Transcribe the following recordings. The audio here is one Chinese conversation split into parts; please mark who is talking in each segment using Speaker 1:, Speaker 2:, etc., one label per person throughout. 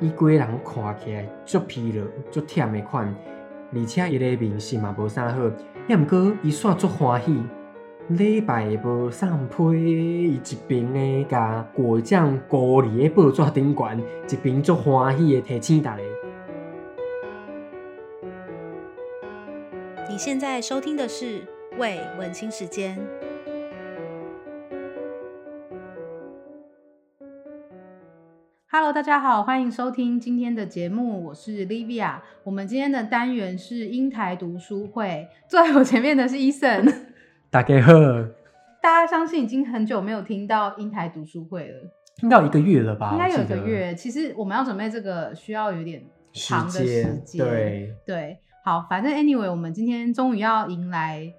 Speaker 1: 伊规个人看起来足疲劳、足忝的款，而且伊个面色嘛无啥好，也毋过伊煞足欢喜。礼拜无送批，伊一边诶甲果酱糊伫诶报纸顶悬，一边足欢喜诶提醒逐个。
Speaker 2: 你现在收听的是《为文青时间》。
Speaker 3: Hello，大家好，欢迎收听今天的节目，我是 Livia。我们今天的单元是英台读书会，坐在我前面的是 Eason。
Speaker 1: 大家好，
Speaker 3: 大家相信已经很久没有听到英台读书会了，
Speaker 1: 应该有一个月了吧？
Speaker 3: 应该有
Speaker 1: 我
Speaker 3: 一
Speaker 1: 记
Speaker 3: 个
Speaker 1: 得
Speaker 3: 月。其实我们要准备这个需要有点
Speaker 1: 时
Speaker 3: 长的时
Speaker 1: 间，
Speaker 3: 间，
Speaker 1: 对，
Speaker 3: 对，好，反正 anyway，我们今天终于要迎来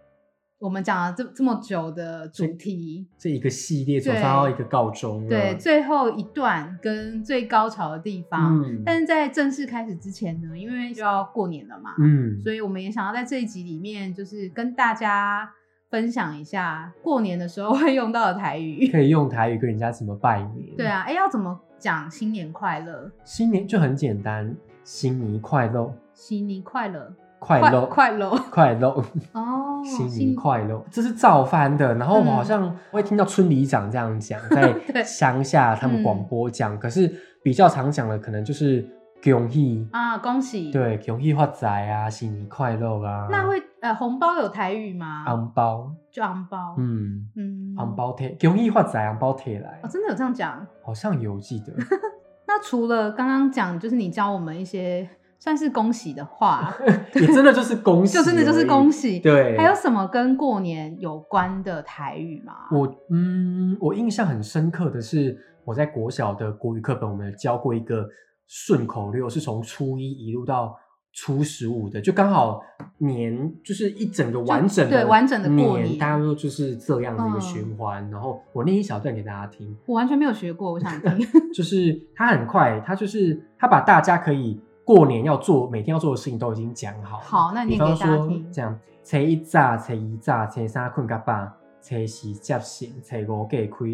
Speaker 3: 我们讲了这这么久的主题，
Speaker 1: 这一个系列总
Speaker 3: 对
Speaker 1: 算到一个告终了。
Speaker 3: 对，最后一段跟最高潮的地方。
Speaker 1: 嗯
Speaker 3: 但是在正式开始之前呢，因为就要过年了嘛，
Speaker 1: 嗯，
Speaker 3: 所以我们也想要在这一集里面，就是跟大家分享一下过年的时候会用到的台语。
Speaker 1: 可以用台语跟人家怎么拜年？
Speaker 3: 对，啊，哎，要怎么讲新年快乐？
Speaker 1: 新年就很简单，新年快乐，
Speaker 3: 新年快乐，
Speaker 1: 快乐，
Speaker 3: 快乐
Speaker 1: 快乐，
Speaker 3: 哦，
Speaker 1: 新年快乐，这是造翻的。然后我
Speaker 3: 嗯
Speaker 1: 好像会听到村里长这样讲，在
Speaker 3: 对嗯
Speaker 1: 乡下他们广播讲，可是比较常讲的可能就是恭喜，
Speaker 3: 啊，恭喜！，
Speaker 1: 对，恭喜发财啊，新年快乐啊，
Speaker 3: 那会呃，红包有台语吗？
Speaker 1: 红包，
Speaker 3: 就红包，
Speaker 1: 啊嗯，
Speaker 3: 嗯
Speaker 1: 红包贴，恭喜发财，红包贴来
Speaker 3: 哦，，真的有这样讲。
Speaker 1: 好像有记得。
Speaker 3: 那除了刚刚讲，就是你教我们一些算是恭喜的话，
Speaker 1: 也真的就是恭喜，
Speaker 3: 就真的就是恭。喜。
Speaker 1: 对，
Speaker 3: 还有什么跟过年有关的台语吗？
Speaker 1: 我嗯，我印象很深刻的是，我在国小的国语课本，我们有教过一个顺口溜，是从初一一路到初十五的，就刚好年就是一整个完整的
Speaker 3: 对完整的过
Speaker 1: 年，
Speaker 3: 年
Speaker 1: 大家都就是这样的一个
Speaker 3: 嗯
Speaker 1: 循环。然后我念一小段给大家听，
Speaker 3: 我完全没有学过，我想 听。
Speaker 1: 就是他很快，他就是他把大家可以过年要做每天要做的事情都已经讲好了。
Speaker 3: 好那你
Speaker 1: 比
Speaker 3: 念
Speaker 1: 方
Speaker 3: 给大家
Speaker 1: 说
Speaker 3: 听
Speaker 1: 这样，初一早、初二早、初三困甲饱，初四接神，初五过开，初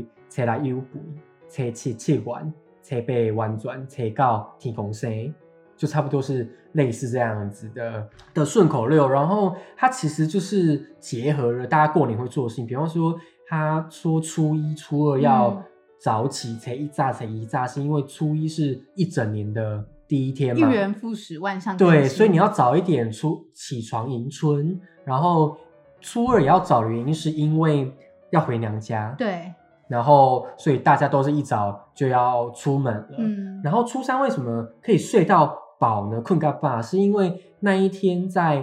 Speaker 1: 六有肥，初七七完，初八完全，初九天公生。就差不多是类似这样子的的顺口溜，然后它其实就是结合了大家过年会做的事情，比方说他说初一、初二要
Speaker 3: 嗯
Speaker 1: 早起，才一炸才一炸，是因为初一是一整年的第一天
Speaker 3: 一
Speaker 1: 嘛，
Speaker 3: 元复始，万象更
Speaker 1: 对，
Speaker 3: 新
Speaker 1: 所以你要早一点出起床迎春，然后初二也要早的原因是因为要回娘家，，
Speaker 3: 对，
Speaker 1: 然后所以大家都是一早就要出门了，
Speaker 3: 嗯，
Speaker 1: 然后初三为什么可以睡到饱呢？困个饱是因为那一天在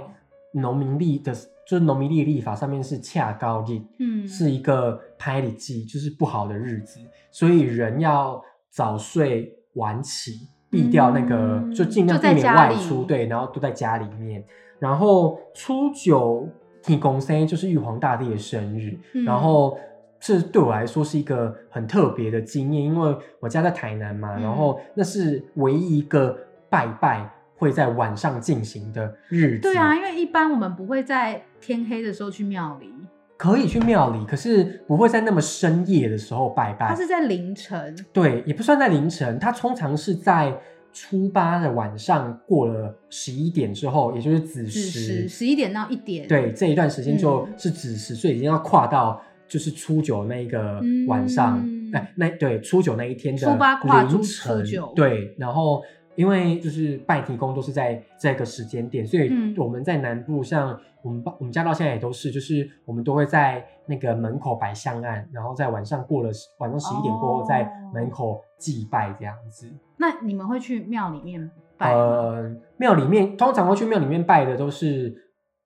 Speaker 1: 农民历的，就是农民历历法上面是恰高日，
Speaker 3: 嗯
Speaker 1: 是一个拍里记，就是不好的日子，所以人要早睡晚起，避掉那个、
Speaker 3: 嗯
Speaker 1: 就尽量
Speaker 3: 就
Speaker 1: 避
Speaker 3: 在
Speaker 1: 免
Speaker 3: 家
Speaker 1: 外
Speaker 3: 里
Speaker 1: 出，对，然后都在家里面。然后初九提公生就是玉皇大帝的生日，
Speaker 3: 嗯
Speaker 1: 然后这对我来说是一个很特别的经验，因为我家在台南嘛，
Speaker 3: 嗯
Speaker 1: 然后那是唯一一个拜拜会在晚上进行的日子。
Speaker 3: 对啊，，因为一般我们不会在天黑的时候去庙里，
Speaker 1: 可以去庙里，可是不会在那么深夜的时候拜拜。
Speaker 3: 它是在凌晨，
Speaker 1: 对，也不算在凌晨，它通常是在初八的晚上过了十一点之后，也就是子
Speaker 3: 子
Speaker 1: 时
Speaker 3: 时。十一点到一点。
Speaker 1: 对，这一段时间
Speaker 3: 嗯
Speaker 1: 就是子时，所以已经要跨到就是初九那一个晚上，
Speaker 3: 嗯
Speaker 1: 哎、那对初九那一天的
Speaker 3: 初八跨
Speaker 1: 凌
Speaker 3: 初
Speaker 1: 晨，
Speaker 3: 初九
Speaker 1: 对，然后。因为就是拜提公都是在这个时间点，所以
Speaker 3: 嗯
Speaker 1: 我们在南部，像我们爸我们家到现在也都是，就是我们都会在那个门口摆香案，然后在晚上过了十晚上十一点过后，
Speaker 3: 哦
Speaker 1: 在门口祭拜这样子。
Speaker 3: 那你们会去庙里面拜吗？
Speaker 1: 呃，庙里面通常会去庙里面拜的都是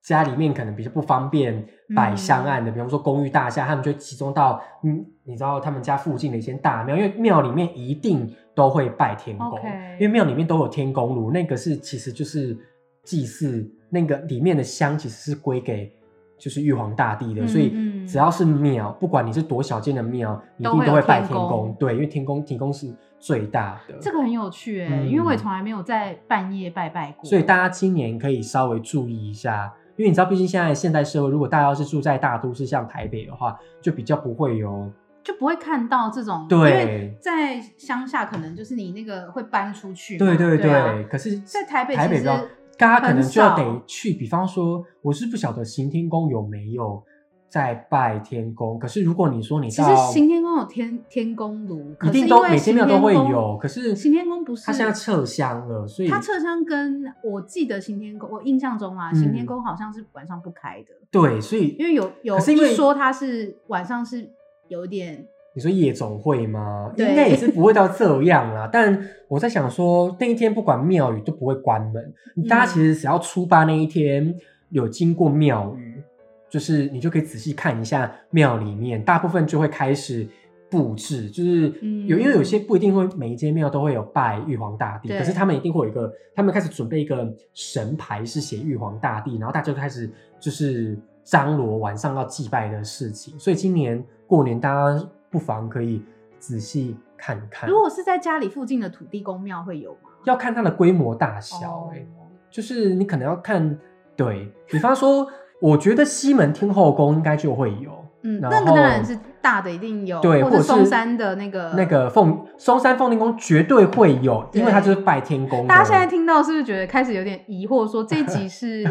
Speaker 1: 家里面可能比较不方便
Speaker 3: 嗯
Speaker 1: 摆香案的，比方说公寓大厦，他们就集中到嗯，你知道他们家附近的一间大庙，因为庙里面一定都会拜天公
Speaker 3: OK
Speaker 1: 因为庙里面都有天公炉，那个是其实就是祭祀那个里面的香其实是归给。就是玉皇大帝的，
Speaker 3: 嗯
Speaker 1: 所以
Speaker 3: 嗯
Speaker 1: 只要是庙，不管你是多小间的庙，你一
Speaker 3: 都
Speaker 1: 定
Speaker 3: 会
Speaker 1: 都
Speaker 3: 有
Speaker 1: 会拜
Speaker 3: 天
Speaker 1: 天
Speaker 3: 公
Speaker 1: 公。对，因为天公天公是最大的。
Speaker 3: 这个很有趣哎、
Speaker 1: 嗯
Speaker 3: 因为我也从来没有在半夜拜拜过，
Speaker 1: 所以大家今年可以稍微注意一下，因为你知道，毕竟现在现代社会，如果大家要是住在大都市，像台北的话，就比较不会有
Speaker 3: 就不会看到这种，
Speaker 1: 对
Speaker 3: 因为在乡下可能就是你那个会搬出去嘛，
Speaker 1: 对对
Speaker 3: 对啊
Speaker 1: 可是
Speaker 3: 在台北
Speaker 1: 台
Speaker 3: 其
Speaker 1: 北
Speaker 3: 实
Speaker 1: 比较，大家可
Speaker 3: 很
Speaker 1: 能就
Speaker 3: 少
Speaker 1: 得去，比方说，我是不晓得行天宫有没有在拜天公，可是如果你说你
Speaker 3: 其
Speaker 1: 到
Speaker 3: 实行天宫有天天宫炉，可
Speaker 1: 一
Speaker 3: 是
Speaker 1: 定
Speaker 3: 因
Speaker 1: 都
Speaker 3: 为
Speaker 1: 每间
Speaker 3: 行
Speaker 1: 庙
Speaker 3: 天
Speaker 1: 都会
Speaker 3: 宫
Speaker 1: 有，可是
Speaker 3: 行天宫不是
Speaker 1: 它现在撤香了，所以
Speaker 3: 它侧香跟我记得行天宫，我印象中啊，
Speaker 1: 嗯
Speaker 3: 行天宫好像是晚上不开的，
Speaker 1: 对，所以
Speaker 3: 因为有有
Speaker 1: 可是因为
Speaker 3: 一说它是晚上是有点
Speaker 1: 你说夜总会吗？
Speaker 3: 对
Speaker 1: 应该也是不会到这样啦。但我在想说，那一天不管庙宇都不会关门，
Speaker 3: 嗯
Speaker 1: 大家其实只要初八那一天有经过庙宇，就是你就可以仔细看一下庙里面，大部分就会开始布置，就是
Speaker 3: 嗯
Speaker 1: 有、因为有些不一定会每一间庙都会有拜玉皇大帝，
Speaker 3: 对
Speaker 1: 可是他们一定会有一个，他们开始准备一个神牌是写玉皇大帝，然后大家就开始就是张罗晚上要祭拜的事情，所以今年过年大家不妨可以仔细看看
Speaker 3: 如，果是在家里附近的土地公庙会有吗？
Speaker 1: 要看它的规模大小、
Speaker 3: 哦
Speaker 1: 欸，就是你可能要看，对比方说，我觉得西门天后宫应该就会有
Speaker 3: 嗯，
Speaker 1: 然
Speaker 3: 那个当然
Speaker 1: 后
Speaker 3: 是大的一定有，
Speaker 1: 对，或
Speaker 3: 或
Speaker 1: 者
Speaker 3: 者
Speaker 1: 是
Speaker 3: 松山的那个
Speaker 1: 那。个凤松山凤天宫绝对会有，因为它就是拜天宫的。
Speaker 3: 大家现在听到是不是觉得开始有点疑惑？说这一 集是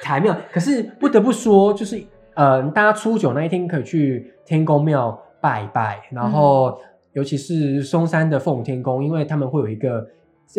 Speaker 1: 台庙，可是不得不说，就是嗯、呃大家初九那一天可以去天宫庙拜一拜，然
Speaker 3: 嗯
Speaker 1: 后、尤其是松山的奉天宫，因为他们会有一个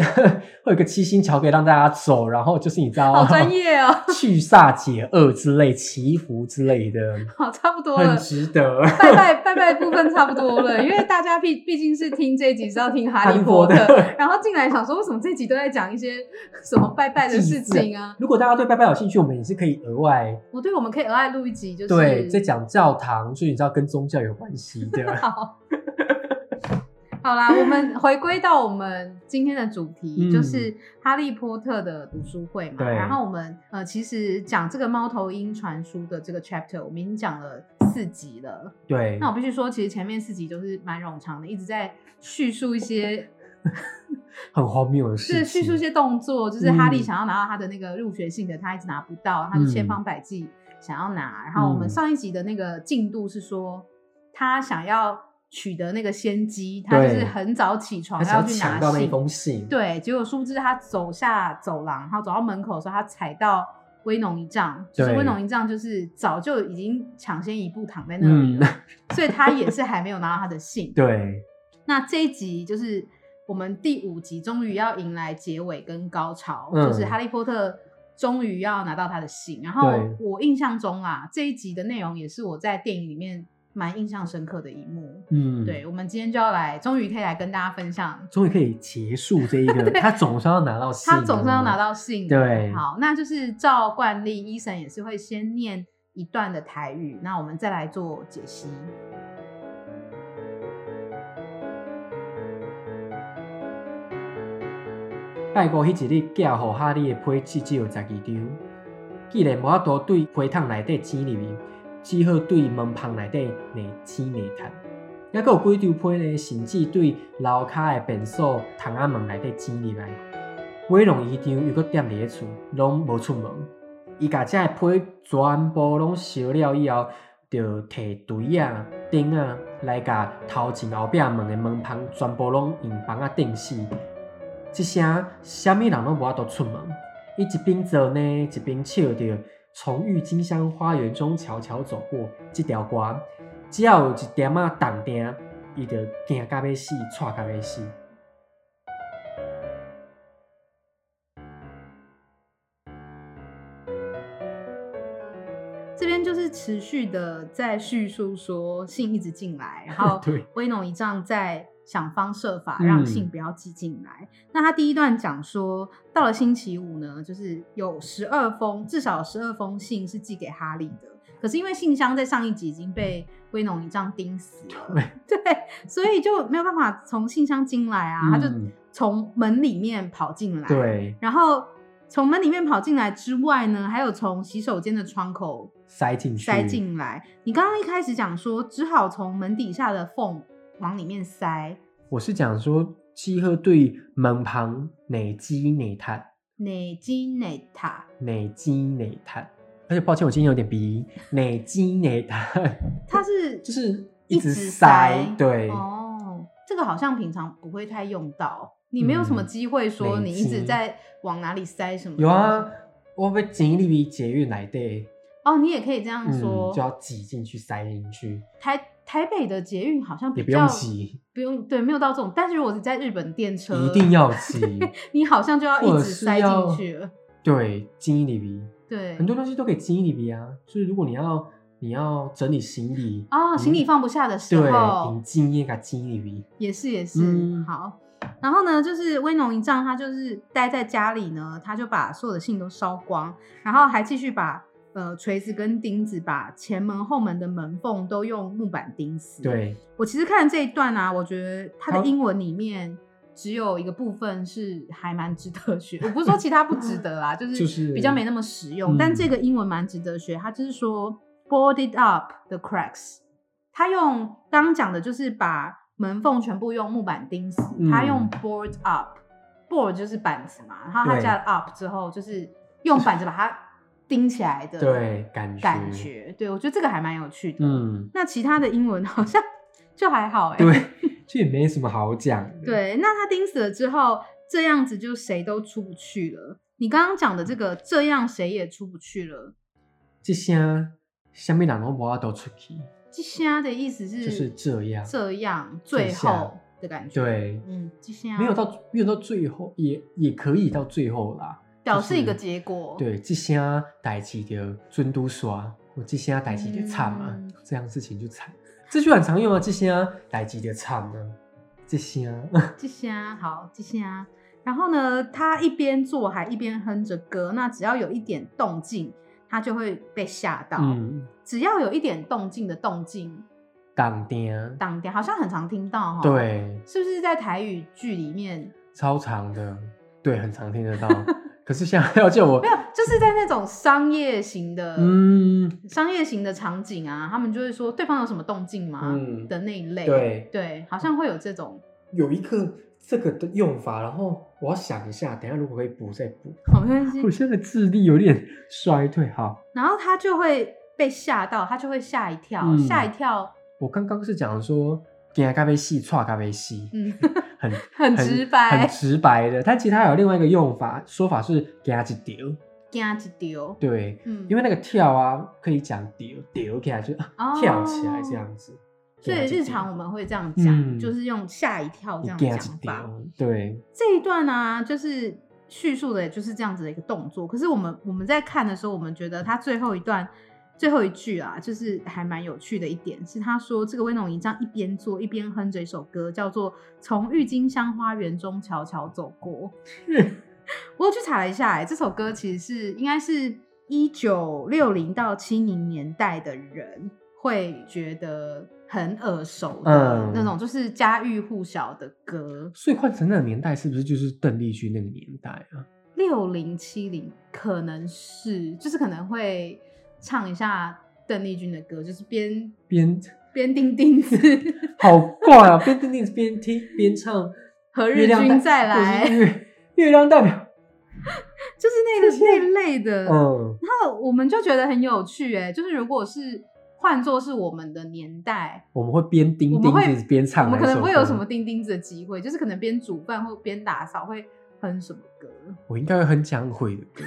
Speaker 1: 会有一个七星桥可以让大家走，然后就是你知道
Speaker 3: 好专业哦
Speaker 1: 去煞解厄之类、祈福之类的，
Speaker 3: 好差不多
Speaker 1: 很
Speaker 3: 了，
Speaker 1: 值得。
Speaker 3: 哦拜拜拜拜部分差不多了，因为大家毕毕竟是听这一集是要听哈利波特
Speaker 1: 哈利波特，
Speaker 3: 然后进来想说为什么这一集都在讲一些什么拜拜的事情啊？
Speaker 1: 如果大家对拜拜有兴趣，我们也是可以额外
Speaker 3: 我对我们可以额外录一集，就是
Speaker 1: 对在讲教堂，所以你知道跟宗教有关系的。
Speaker 3: 好。好啦，我们回归到我们今天的主题，
Speaker 1: 嗯
Speaker 3: 就是《哈利波特》的读书会嘛。
Speaker 1: 对
Speaker 3: 然后我们呃，其实讲这个猫头鹰传书的这个 chapter，我们已经讲了四集了。
Speaker 1: 对，
Speaker 3: 那我必须说，其实前面四集都是蛮冗长的，一直在叙述一些，
Speaker 1: 很荒谬的事情。
Speaker 3: 是叙述一些动作，就是哈利
Speaker 1: 嗯
Speaker 3: 想要拿到他的那个入学信的，他一直拿不到，他就千方百计想要拿。然后我们
Speaker 1: 嗯
Speaker 3: 上一集的那个进度是说，他想要取得那个先机，他就是
Speaker 1: 对
Speaker 3: 很早起床
Speaker 1: 他
Speaker 3: 哦要
Speaker 1: 想
Speaker 3: 去
Speaker 1: 抢
Speaker 3: 拿
Speaker 1: 到那一
Speaker 3: 信，
Speaker 1: 封信，
Speaker 3: 对，结果殊不知他走下走廊，然后走到门口的时候，他踩到威农一丈，就是
Speaker 1: 对
Speaker 3: 威农一丈就是早就已经抢先一步躺在那里了，
Speaker 1: 嗯
Speaker 3: 所以他也是还没有拿到他的信。
Speaker 1: 对，
Speaker 3: 那这一集就是我们第五集，终于要迎来结尾跟高潮，
Speaker 1: 嗯
Speaker 3: 就是哈利波特终于要拿到他的信。然后
Speaker 1: 对
Speaker 3: 我印象中啊，这一集的内容也是我在电影里面蛮印象深刻的一幕。
Speaker 1: 嗯，
Speaker 3: 对，，我们今天就要来，终于可以来跟大家分享
Speaker 1: 终于可以结束这一 个，他总算要拿到信，
Speaker 3: 他总算要拿，到信了。
Speaker 1: 对
Speaker 3: 好，那就是照惯例，医生也是会先念一段的台语，那我们再来做解析。
Speaker 1: 拜五迄一日寄互哈利的批至少有十二张，既然无法度对批桶内底钱入去，只好对门旁内底硬钱硬趁。还佫有几张批呢，甚至对楼骹的便所窗仔门内底钱入来。伟龙姨丈又佫踮伫咧厝，拢无出门。伊甲遮个批全部拢烧了以后，就摕锤啊、钉啊来甲头前后壁门的门框全部拢用房啊钉死。即声，啥物人拢无法度出门。伊一边做呢，一边笑着从郁金香花园中悄悄走过即条歌，只要有一点仔动定，伊就惊到要死，喘到要死。
Speaker 3: 这边就是持续的在叙述说信一直进来，然后
Speaker 1: 对
Speaker 3: 威农一丈在想方设法
Speaker 1: 嗯
Speaker 3: 让信不要寄进来。那他第一段讲说，到了星期五呢，就是有十二封，至少十二封信是寄给哈利的。可是因为信箱在上一集已经被威农一丈钉死了， 对，所以就没有办法从信箱进来啊，他就
Speaker 1: 嗯
Speaker 3: 从门里面跑进来，
Speaker 1: 对，
Speaker 3: 然后从门里面跑进来之外呢，还有从洗手间的窗口
Speaker 1: 塞进去，
Speaker 3: 塞进来。你刚刚一开始讲说，只好从门底下的缝往里面塞，
Speaker 1: 我是讲说，鸡鹤对门旁哪鸡哪探，
Speaker 3: 哪金哪塔，
Speaker 1: 哪鸡哪探。而且抱歉，我今天有点鼻音，哪鸡哪探，
Speaker 3: 它是
Speaker 1: 就是一
Speaker 3: 直
Speaker 1: 直
Speaker 3: 塞
Speaker 1: 对，
Speaker 3: 哦，这个好像平常不会太用到，你没有什么
Speaker 1: 嗯
Speaker 3: 机会说
Speaker 1: 累
Speaker 3: 你一直
Speaker 1: 积
Speaker 3: 在往哪里塞什么。
Speaker 1: 有啊，，我被挤入去捷运内底，
Speaker 3: 哦，你也可以这样
Speaker 1: 嗯，
Speaker 3: 说。
Speaker 1: 就要挤进去塞进去，
Speaker 3: 台台北的捷运好像比
Speaker 1: 也
Speaker 3: 较
Speaker 1: 不用挤，
Speaker 3: 不用对，没有到这种。但是如果你在日本电车，
Speaker 1: 一定要挤，
Speaker 3: 你好像就要
Speaker 1: 或
Speaker 3: 一
Speaker 1: 者
Speaker 3: 直
Speaker 1: 是
Speaker 3: 塞进
Speaker 1: 要
Speaker 3: 去了。
Speaker 1: 对，挤入去，
Speaker 3: 对，
Speaker 1: 很多东西都可以挤入去啊。所以如果你要你要整理行李
Speaker 3: 哦，
Speaker 1: 你
Speaker 3: 行李放不下的时
Speaker 1: 对，
Speaker 3: 候
Speaker 1: 很，经验跟经理，
Speaker 3: 也是也是，
Speaker 1: 嗯
Speaker 3: 好。然后呢，就是威农一丈，他就是待在家里呢，他就把所有的信都烧光，然后还继续把呃锤子跟钉子把前门后门的门缝都用木板钉死。，
Speaker 1: 对，
Speaker 3: 我其实看这一段啊，我觉得他的
Speaker 1: 他
Speaker 3: 英文里面只有一个部分是还蛮值得学，我不是说其他不值得啦，就
Speaker 1: 就是是
Speaker 3: 比较没那么实用，
Speaker 1: 嗯
Speaker 3: 但这个英文蛮值得学。他就是说 boarded up the cracks，他用刚刚讲的就是把门缝全部用木板钉死，
Speaker 1: 嗯
Speaker 3: 他用 board up。board 就是板子嘛，然后他
Speaker 1: 对
Speaker 3: 加了 up 之后，就是用板子把它钉起来的
Speaker 1: 对，感觉
Speaker 3: 感，觉。对我觉得这个还蛮有趣的。
Speaker 1: 嗯，
Speaker 3: 那其他的英文好像 就还好哎、
Speaker 1: 对，这也没什么好讲的，，
Speaker 3: 对那他钉死了之后，这样子就谁都出不去了。你刚刚讲的这个，这样谁也出不去了。
Speaker 1: 这些下面人拢无法都出去，
Speaker 3: 这虾的意思是
Speaker 1: 就是这样，
Speaker 3: 这样
Speaker 1: 这
Speaker 3: 最
Speaker 1: 下
Speaker 3: 后的感觉。，
Speaker 1: 对，
Speaker 3: 嗯，这虾
Speaker 1: 没有到没有到最后，也也可以到最后啦，
Speaker 3: 表
Speaker 1: 就
Speaker 3: 示一个
Speaker 1: 是
Speaker 3: 结果。，
Speaker 1: 对，这些代志就准都刷，我这些代志就惨啊，
Speaker 3: 嗯
Speaker 1: 这样事情就惨，这句很常用啊，这些代志就惨啊，这些
Speaker 3: 这虾好，这虾。然后呢，他一边做还一边哼着歌。那只要有一点动静，他就会被吓到。
Speaker 1: 嗯，
Speaker 3: 只要有一点动静的动静，
Speaker 1: 当爹，
Speaker 3: 挡掉，好像很常听到哈。，
Speaker 1: 对。
Speaker 3: 是不是在台语剧里面
Speaker 1: 超长的，对，很常听得到。可是现在要叫我
Speaker 3: 没，有？就是在那种商业型的、
Speaker 1: 嗯，
Speaker 3: 商业型的场景啊，他们就会说对方有什么动静吗、
Speaker 1: 嗯
Speaker 3: 的那一类。
Speaker 1: 对
Speaker 3: 好像会有 这种。
Speaker 1: 有一个这个的用法，然后我要想一下，等一下如果可以补再补。
Speaker 3: 好，没关系
Speaker 1: 我。现在智力有点 衰退，哈。
Speaker 3: 然后他就会被吓到，他就会吓一跳，
Speaker 1: 嗯
Speaker 3: 吓、一跳，
Speaker 1: 我刚刚是讲说，给咖啡戏，错咖啡戏，
Speaker 3: 嗯，
Speaker 1: 很
Speaker 3: 很直白
Speaker 1: 很直白的。但其实它有另外一个用法，说法是给它去丢，
Speaker 3: 惊一丢。
Speaker 1: 对，
Speaker 3: 嗯
Speaker 1: 因为那个跳啊，可以讲丢丢给它就、
Speaker 3: 哦
Speaker 1: 跳起来这样子。啊
Speaker 3: 所以
Speaker 1: 怕一
Speaker 3: 日
Speaker 1: 丢
Speaker 3: 常我们会这样讲，
Speaker 1: 嗯
Speaker 3: 就是用吓一跳这
Speaker 1: 你
Speaker 3: 样
Speaker 1: 给
Speaker 3: 讲
Speaker 1: 它去
Speaker 3: 法。
Speaker 1: 丢，对，
Speaker 3: 这一段呢、就是叙述的也就是这样子的一个动作。可是我们我们在看的时候，我们觉得他最后一段最后一句啊，就是还蛮有趣的一点是，他说这个威农一丈一边做一边哼着一首歌，叫做《从郁金香花园中悄悄走过》。 我有去查了一下、欸，这首歌其实是应该是一九六零到七零年代的人会觉得很耳熟的、
Speaker 1: 嗯
Speaker 3: 那种，就是家喻户晓的歌。
Speaker 1: 所以换成那个年代，是不是就是邓丽君那个年代啊？
Speaker 3: 六零七零可能是，就是可能会唱一下邓丽君的歌，就是边
Speaker 1: 边
Speaker 3: 边钉钉子，
Speaker 1: 好怪啊，边听边听边唱《
Speaker 3: 何
Speaker 1: 月
Speaker 3: 哦日
Speaker 1: 亮
Speaker 3: 君
Speaker 1: 代
Speaker 3: 再来
Speaker 1: 或，者是月月亮代 表，
Speaker 3: 就是那个那一类的。
Speaker 1: 嗯，
Speaker 3: 然后我们就觉得很有趣、哎，就是如果是换作是我们的年代，
Speaker 1: 我们会边
Speaker 3: 我
Speaker 1: 叮
Speaker 3: 们会
Speaker 1: 叮子边唱
Speaker 3: 我
Speaker 1: 哪
Speaker 3: 们
Speaker 1: 一
Speaker 3: 可
Speaker 1: 首歌，
Speaker 3: 能不会有什么钉钉子的机会，就是可能边煮饭或边打扫会哼什么歌，
Speaker 1: 我应该会很讲悔的歌，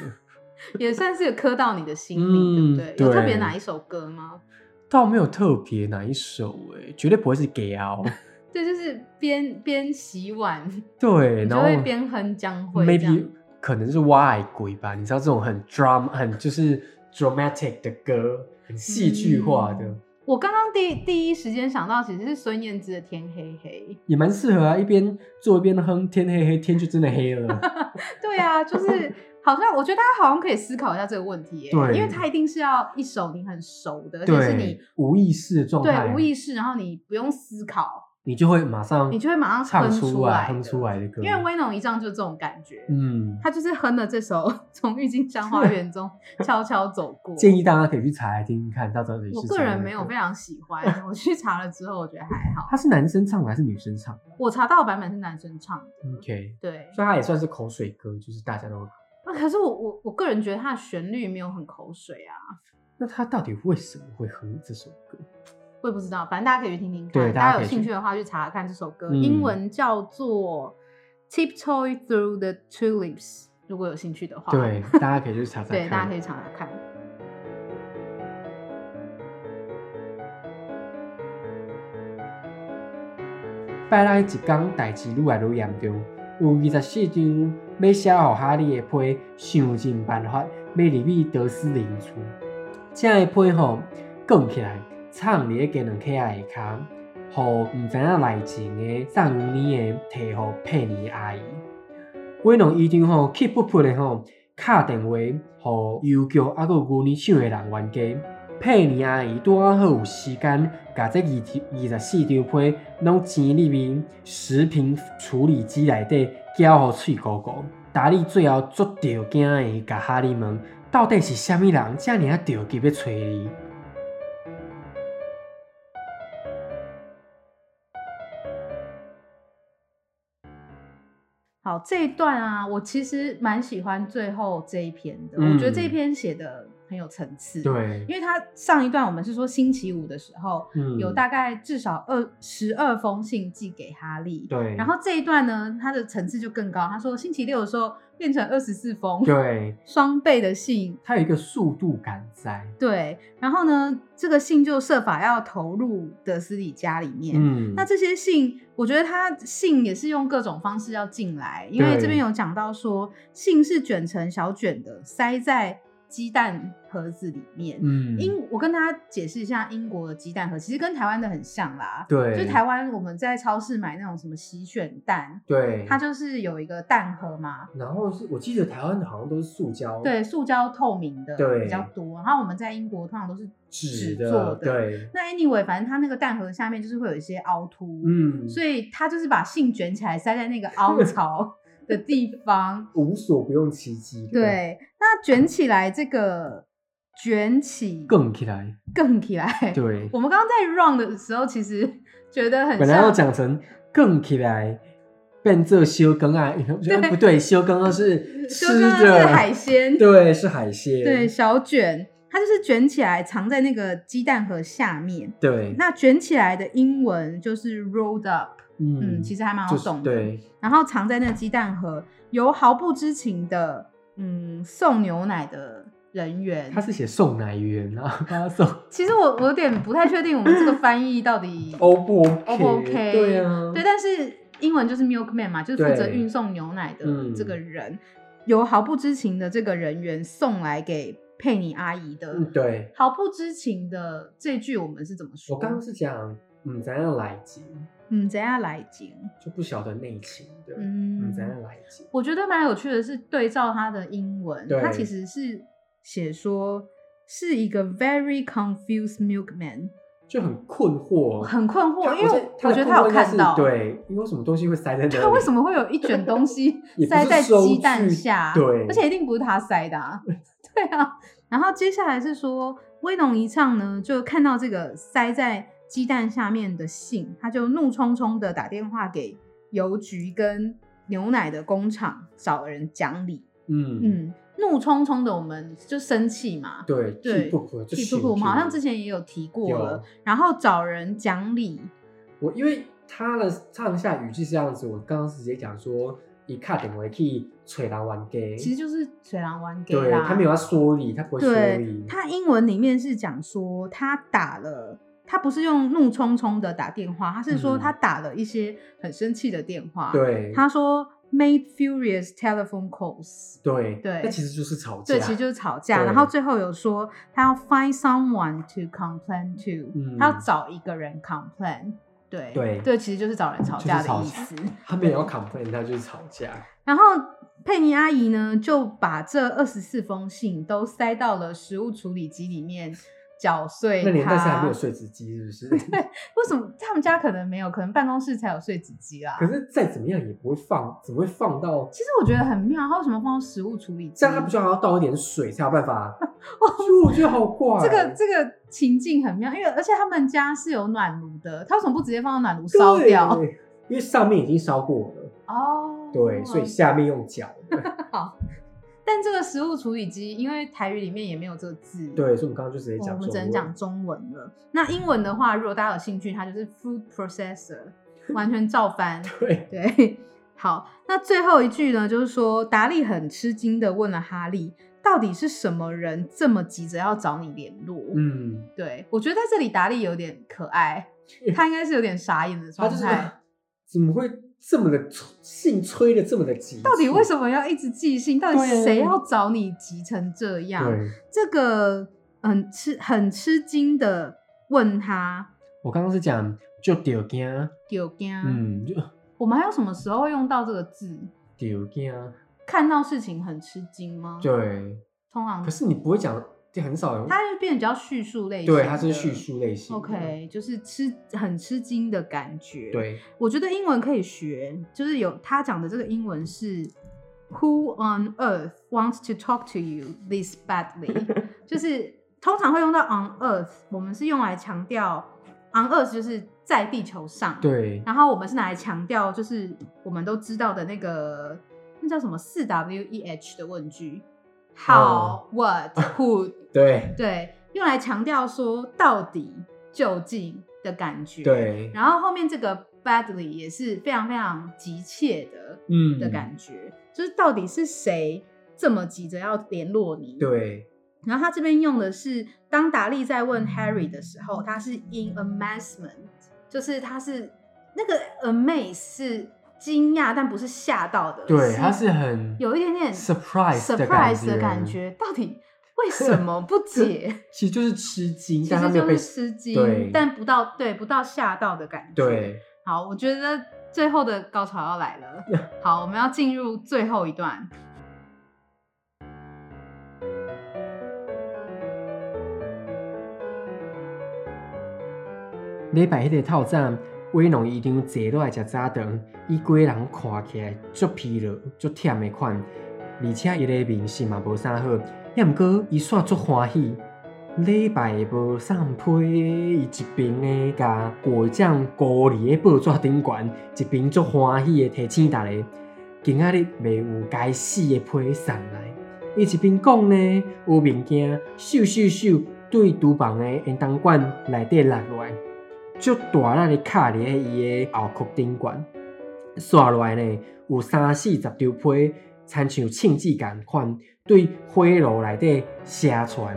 Speaker 3: 也算是有磕到你的心里，
Speaker 1: 嗯
Speaker 3: 对不对？有特别
Speaker 1: 对
Speaker 3: 哪一首歌吗？
Speaker 1: 倒没有特别哪一首哎、绝对不会是 gay 啊哦，
Speaker 3: 对，就是边边洗碗
Speaker 1: 对，
Speaker 3: 你就
Speaker 1: 然后
Speaker 3: 会边哼江蕙这样
Speaker 1: maybe 可能是挖矮鬼吧，你知道这种很 drum 很就是 dramatic 的歌，很戏剧化的。
Speaker 3: 嗯我刚刚第第一时间想到，其实是孙燕姿的《天黑黑
Speaker 1: 也蛮适合啊，一边做一边哼，天黑黑，天就真的黑 了。》。
Speaker 3: 对啊，就是 好像我觉得大家好像可以思考一下这个问题耶，
Speaker 1: 对
Speaker 3: 因为它一定是要一首你很熟的，而且
Speaker 1: 对，
Speaker 3: 是你
Speaker 1: 无意识的状态，
Speaker 3: 对无意识，然后你不用思考，
Speaker 1: 你就会马上
Speaker 3: 你就会马上
Speaker 1: 唱
Speaker 3: 哼出
Speaker 1: 出
Speaker 3: 来
Speaker 1: 哼
Speaker 3: 的
Speaker 1: 出来的歌。
Speaker 3: 因为威农一丈就这种感觉。
Speaker 1: 嗯，
Speaker 3: 他就是哼了这首《从郁金香花园中悄悄走过》，
Speaker 1: 建议大家可以去查来听听看，到底是
Speaker 3: 我
Speaker 1: 谁
Speaker 3: 个人
Speaker 1: 的
Speaker 3: 没有
Speaker 1: 歌
Speaker 3: 非常喜欢，我去查了之后，我觉得还好。
Speaker 1: 他是男生唱的还是女生唱的
Speaker 3: 我查到的版本是男生唱的，
Speaker 1: ？OK，
Speaker 3: 对。
Speaker 1: 所以他也算是口水歌，就是大家都。
Speaker 3: 那啊可是我我我个人觉得它的旋律没有很口水啊，
Speaker 1: 那他到底为什么会哼这首歌？
Speaker 3: 我也不知道，反正大家可以去听听看。
Speaker 1: 对大
Speaker 3: 大
Speaker 1: 家
Speaker 3: 家
Speaker 1: 可以
Speaker 3: 有兴
Speaker 1: 去
Speaker 3: 趣的话去查查看这首歌，
Speaker 1: 嗯
Speaker 3: 英文叫做《Tiptoe Through the Tulips》。如果有兴趣的话，
Speaker 1: 对，大家可以去查查看。
Speaker 3: 哦 对，大家可以查查看。
Speaker 1: 拜来一天，代志愈来愈严重。有二十四张要写予哈利的批，想尽办法要入去德斯林厝。这个批吼卷起来，藏伫个鸡卵壳仔下骹，互毋知影内情的送你的摕互佩妮阿姨。伟农医生吼气噗噗的吼，敲电话互邮局啊，佮牛奶厂的人员家。佩妮阿姨拄啊好有时间，甲这二十二十四张批拢钱入面食品处理机内底，搅互喙糊糊。达利最后足着惊的，甲哈利问到底是虾米人，遮尔啊着急要找你？
Speaker 3: 好，这一段啊，我其实蛮喜欢最后这一篇的，
Speaker 1: 嗯
Speaker 3: 我觉得这一篇写的很有层次。，
Speaker 1: 对，
Speaker 3: 因为它上一段我们是说星期五的时候，
Speaker 1: 嗯
Speaker 3: 有大概至少二十二封信寄给哈利。
Speaker 1: 对，
Speaker 3: 然后这一段呢，它的层次就更高。他说星期六的时候变成二十四封，
Speaker 1: 对，
Speaker 3: 双倍的信。
Speaker 1: 它有一个速度感在，
Speaker 3: 对，然后呢，这个信就设法要投入德斯里家里面。
Speaker 1: 嗯，
Speaker 3: 那这些信，我觉得他信也是用各种方式要进来，因为
Speaker 1: 对
Speaker 3: 这边有讲到说，信是卷成小卷的，塞在鸡蛋盒子里面。
Speaker 1: 嗯，
Speaker 3: 英，我跟大家解释一下英国的鸡蛋盒，其实跟台湾的很像啦。
Speaker 1: 对，
Speaker 3: 就台湾我们在超市买那种什么洗选蛋，
Speaker 1: 对，
Speaker 3: 它就是有一个蛋盒嘛，
Speaker 1: 然后是我记得台湾好像都是塑胶，
Speaker 3: 对，塑胶透明的
Speaker 1: 对
Speaker 3: 比较多。然后我们在英国通常都是
Speaker 1: 纸
Speaker 3: 做的。
Speaker 1: 对，
Speaker 3: 那 anyway，反正它那个蛋盒下面就是会有一些凹凸，
Speaker 1: 嗯，
Speaker 3: 所以他就是把信卷起来塞在那个 凹槽的地方。
Speaker 1: 无所不用其极，，
Speaker 3: 对，那卷起来这个卷起
Speaker 1: 更起来，
Speaker 3: 更起来。
Speaker 1: 对，
Speaker 3: 我们刚刚在 run 的时候，其实觉得很
Speaker 1: 本来要
Speaker 3: 像
Speaker 1: 讲成更起来，变做修更啊，
Speaker 3: 对
Speaker 1: 不对，修更啊是
Speaker 3: 就
Speaker 1: 吃
Speaker 3: 刚刚是
Speaker 1: 的
Speaker 3: 海，鲜，
Speaker 1: 对，是海鲜，
Speaker 3: 对小卷，它就是卷起来藏在那个鸡蛋盒下面。
Speaker 1: 对，
Speaker 3: 那卷起来的英文就是 rolled up，嗯，其
Speaker 1: 实
Speaker 3: 实还蛮好
Speaker 1: 就是
Speaker 3: 懂的。
Speaker 1: 对，
Speaker 3: 然后藏在那个鸡蛋盒，由毫不知情的嗯送牛奶的人员
Speaker 1: 他。是写送奶员啊， 帮他送
Speaker 3: 其实我我有点不太确定我们这个翻译到底
Speaker 1: O 不
Speaker 3: O 哦不 OK？
Speaker 1: 嗯对啊，
Speaker 3: 对，但是英文就是 milkman 嘛，就是负责
Speaker 1: 对
Speaker 3: 运送牛奶的
Speaker 1: 嗯
Speaker 3: 这个人，由毫不知情的这个人员送来给佩妮阿姨的。
Speaker 1: 嗯对，
Speaker 3: 毫不知情的这句我们是怎么说？
Speaker 1: 我刚刚是讲，嗯，咱要来劲，
Speaker 3: 嗯，怎样来讲？
Speaker 1: 就不晓得内情，对，嗯，
Speaker 3: 嗯，
Speaker 1: 咱要来劲，
Speaker 3: 我觉得蛮有趣的是，对照它的英文，
Speaker 1: 对
Speaker 3: 它其实是写说是一个 very confused milkman，
Speaker 1: 就很困惑，
Speaker 3: 很困惑，
Speaker 1: 他
Speaker 3: 因为我
Speaker 1: 我觉
Speaker 3: 觉得
Speaker 1: 得
Speaker 3: 他有看到，
Speaker 1: 他的困惑应该是对，因为什么东西会塞在那里？
Speaker 3: 他为什么会有一卷东西
Speaker 1: 也不是
Speaker 3: 塞在
Speaker 1: 收
Speaker 3: 鸡蛋
Speaker 1: 据
Speaker 3: 下？
Speaker 1: 对
Speaker 3: 而且一定不是他塞的啊。 对啊，然后接下来是说威农一唱呢，就看到这个塞在鸡蛋下面的信，他就怒冲冲的打电话给邮局跟牛奶的工厂找人讲理。
Speaker 1: 嗯嗯，
Speaker 3: 嗯，怒冲冲的，我们就生气嘛。
Speaker 1: 对，
Speaker 3: 对
Speaker 1: 气不可，就
Speaker 3: 气不不，我们好像之
Speaker 1: 前
Speaker 3: 前也有提过
Speaker 1: 有
Speaker 3: 了。然后找人讲理，
Speaker 1: 我因为他的上下语气是这样子，我刚刚是直接讲说，一卡点回去吹狼玩 gay，
Speaker 3: 其实就是水狼玩给
Speaker 1: 对
Speaker 3: 啦。
Speaker 1: 他没有要说理，他不会说
Speaker 3: 对
Speaker 1: 理，，
Speaker 3: 他英文里面是讲说他打了，他不是用怒冲冲的打电话，他是说
Speaker 1: 嗯
Speaker 3: 他打了一些很生气的电话。，
Speaker 1: 对
Speaker 3: 他说 made furious telephone calls。
Speaker 1: 对
Speaker 3: 对
Speaker 1: 那其实就是吵架，
Speaker 3: 对，其实就是吵架，
Speaker 1: 对
Speaker 3: 然后最后有说他要 find someone to complain to，、
Speaker 1: 嗯
Speaker 3: 他要找一个人 complain，对
Speaker 1: 对
Speaker 3: 对，其实就是找人吵架
Speaker 1: 就是吵
Speaker 3: 的意思。
Speaker 1: 他没有要 complain，他就是吵架，
Speaker 3: 然后佩妮阿姨呢，就把这二十四封信都塞到了食物处理机里面搅碎它。
Speaker 1: 那年代是还没有碎纸机，是不是？
Speaker 3: 为什么他们家可能没有？可能办公室才有碎纸机啦。
Speaker 1: 可是再怎么样也不会放，怎么会放到？
Speaker 3: 其实我觉得很妙，他为什么放到食物处理机？
Speaker 1: 这样他不就还要倒一点水才有办法？ 就我觉得好怪哦，
Speaker 3: 嗯这个这个情境很妙，因为而且他们家是有暖炉的，他为什么不直接放到暖炉烧掉？
Speaker 1: 对，因为上面已经烧过了，
Speaker 3: 哦，
Speaker 1: 对，所以下面用脚。
Speaker 3: 好，但这个食物处理机，因为台语里面也没有这个字，
Speaker 1: 对，所以我们刚刚就直接
Speaker 3: 我
Speaker 1: 讲
Speaker 3: 们
Speaker 1: 中
Speaker 3: 只能
Speaker 1: 文。
Speaker 3: 讲中文了。那英文的话，如果大家有兴趣，它就是
Speaker 1: 嗯
Speaker 3: food processor，完全照 翻。
Speaker 1: 对，
Speaker 3: 对，好，那最后一句呢，就是说达利很吃惊的问了哈利，到底是什么人这么急着要找你联络？
Speaker 1: 嗯，
Speaker 3: 对我觉得在这里达利有点可爱，他应该是有点傻眼的
Speaker 1: 他
Speaker 3: 状
Speaker 1: 就是啊
Speaker 3: 态。
Speaker 1: 怎么会这么的性催的这么的急？
Speaker 3: 到底为什么要一直寄信？到底
Speaker 1: 对啊
Speaker 3: 谁要找你急成这样？
Speaker 1: 对，
Speaker 3: 这个很吃很吃惊的问他
Speaker 1: 我刚刚是讲就丢惊，
Speaker 3: 丢惊，
Speaker 1: 嗯，就
Speaker 3: 我们还有什么时候会用到这个字？
Speaker 1: 丢惊，
Speaker 3: 哦看到事情很吃惊吗？，
Speaker 1: 对。
Speaker 3: 通常
Speaker 1: 可是你不会讲，就很少人。
Speaker 3: 它就变得比较叙述类型的，
Speaker 1: 对，它是叙述类型的。
Speaker 3: OK，就是吃很吃惊的感觉。，
Speaker 1: 对，
Speaker 3: 我觉得英文可以学，就是有他讲的这个英文是 Who on earth wants to talk to you this badly？就是通常会用到 on earth，我们是用来强调 on earth 就是在地球上。。
Speaker 1: 对，
Speaker 3: 然后我们是拿来强调，就是我们都知道的那个那叫什么四 W E H 的问句，How、What、Who
Speaker 1: 对，
Speaker 3: 对，用来强调说到底、究竟的感觉。。
Speaker 1: 对，
Speaker 3: 然后后面这个 badly 也是非常非常急切的
Speaker 1: 嗯
Speaker 3: 的感觉，就是到底是谁这么急着要联络你？。
Speaker 1: 对，
Speaker 3: 然后他这边用的是，当达利在问 Harry 的时候，他是 in amazement，就是他是那个 amaze 是惊讶，但不是吓到的。
Speaker 1: 对，它是很
Speaker 3: 有一点点
Speaker 1: surprise 的
Speaker 3: surprise 的
Speaker 1: 感
Speaker 3: 感觉，到底为什么不解？
Speaker 1: 其实就是吃惊，
Speaker 3: 其
Speaker 1: 但他
Speaker 3: 实
Speaker 1: 没有
Speaker 3: 就
Speaker 1: 被
Speaker 3: 是吃
Speaker 1: 对
Speaker 3: 惊，但不到对不到吓到的感觉。，
Speaker 1: 对，
Speaker 3: 好，我觉得最后的高潮要来了。好，我们要进入最后一段。
Speaker 1: 礼拜迄个透早，威龙姨丈坐落来食早顿，伊规个人看起来足疲劳、足忝的款，而且伊个面色嘛无啥好，也毋过伊煞足欢喜。礼拜无送批，伊一边诶甲果酱糊伫诶报纸顶悬，一边足欢喜诶提醒逐个，今仔日未有该死诶批送来。伊一边讲呢，有物件咻咻咻对厨房的烟筒管内底落落来，足大力的卡伫咧伊的后壳顶管，刷落来呢有三四十张批，亲像庆字共款，对火炉内底射出来。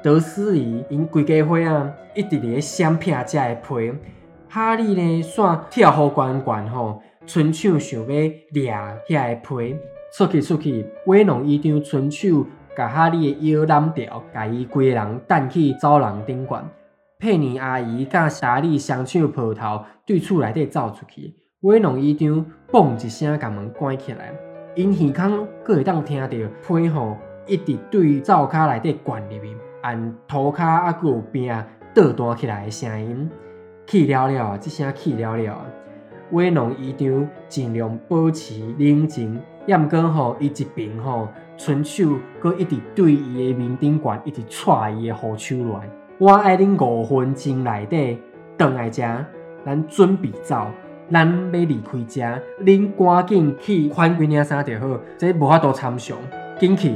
Speaker 1: 德斯里因规家伙啊，一直伫咧闪避遮的批。哈利呢，煞跳好悬悬吼，伸手想要掠遐个皮，出去出去，威龙伊张伸手甲哈利的腰揽掉，甲伊规个人弹去走廊顶悬。佩妮阿姨甲莎莉双手抱头，对厝内底走出去。威龙伊张嘣一声，甲门关起来。因耳孔阁会当听到屁吼一直对灶骹内底灌入去，按涂骹啊，阁有边啊倒弹起来的声音。气了了啊，即声气了了啊！威龙姨丈尽量保持冷静，也毋过吼，伊一边吼，伸手阁一直对伊的面顶悬，一直踹伊的虎手落来。我爱恁五分钟内底倒来遮，咱准备走。咱要离开遮，恁赶紧去换几领衫就好，这无法度参详，紧去。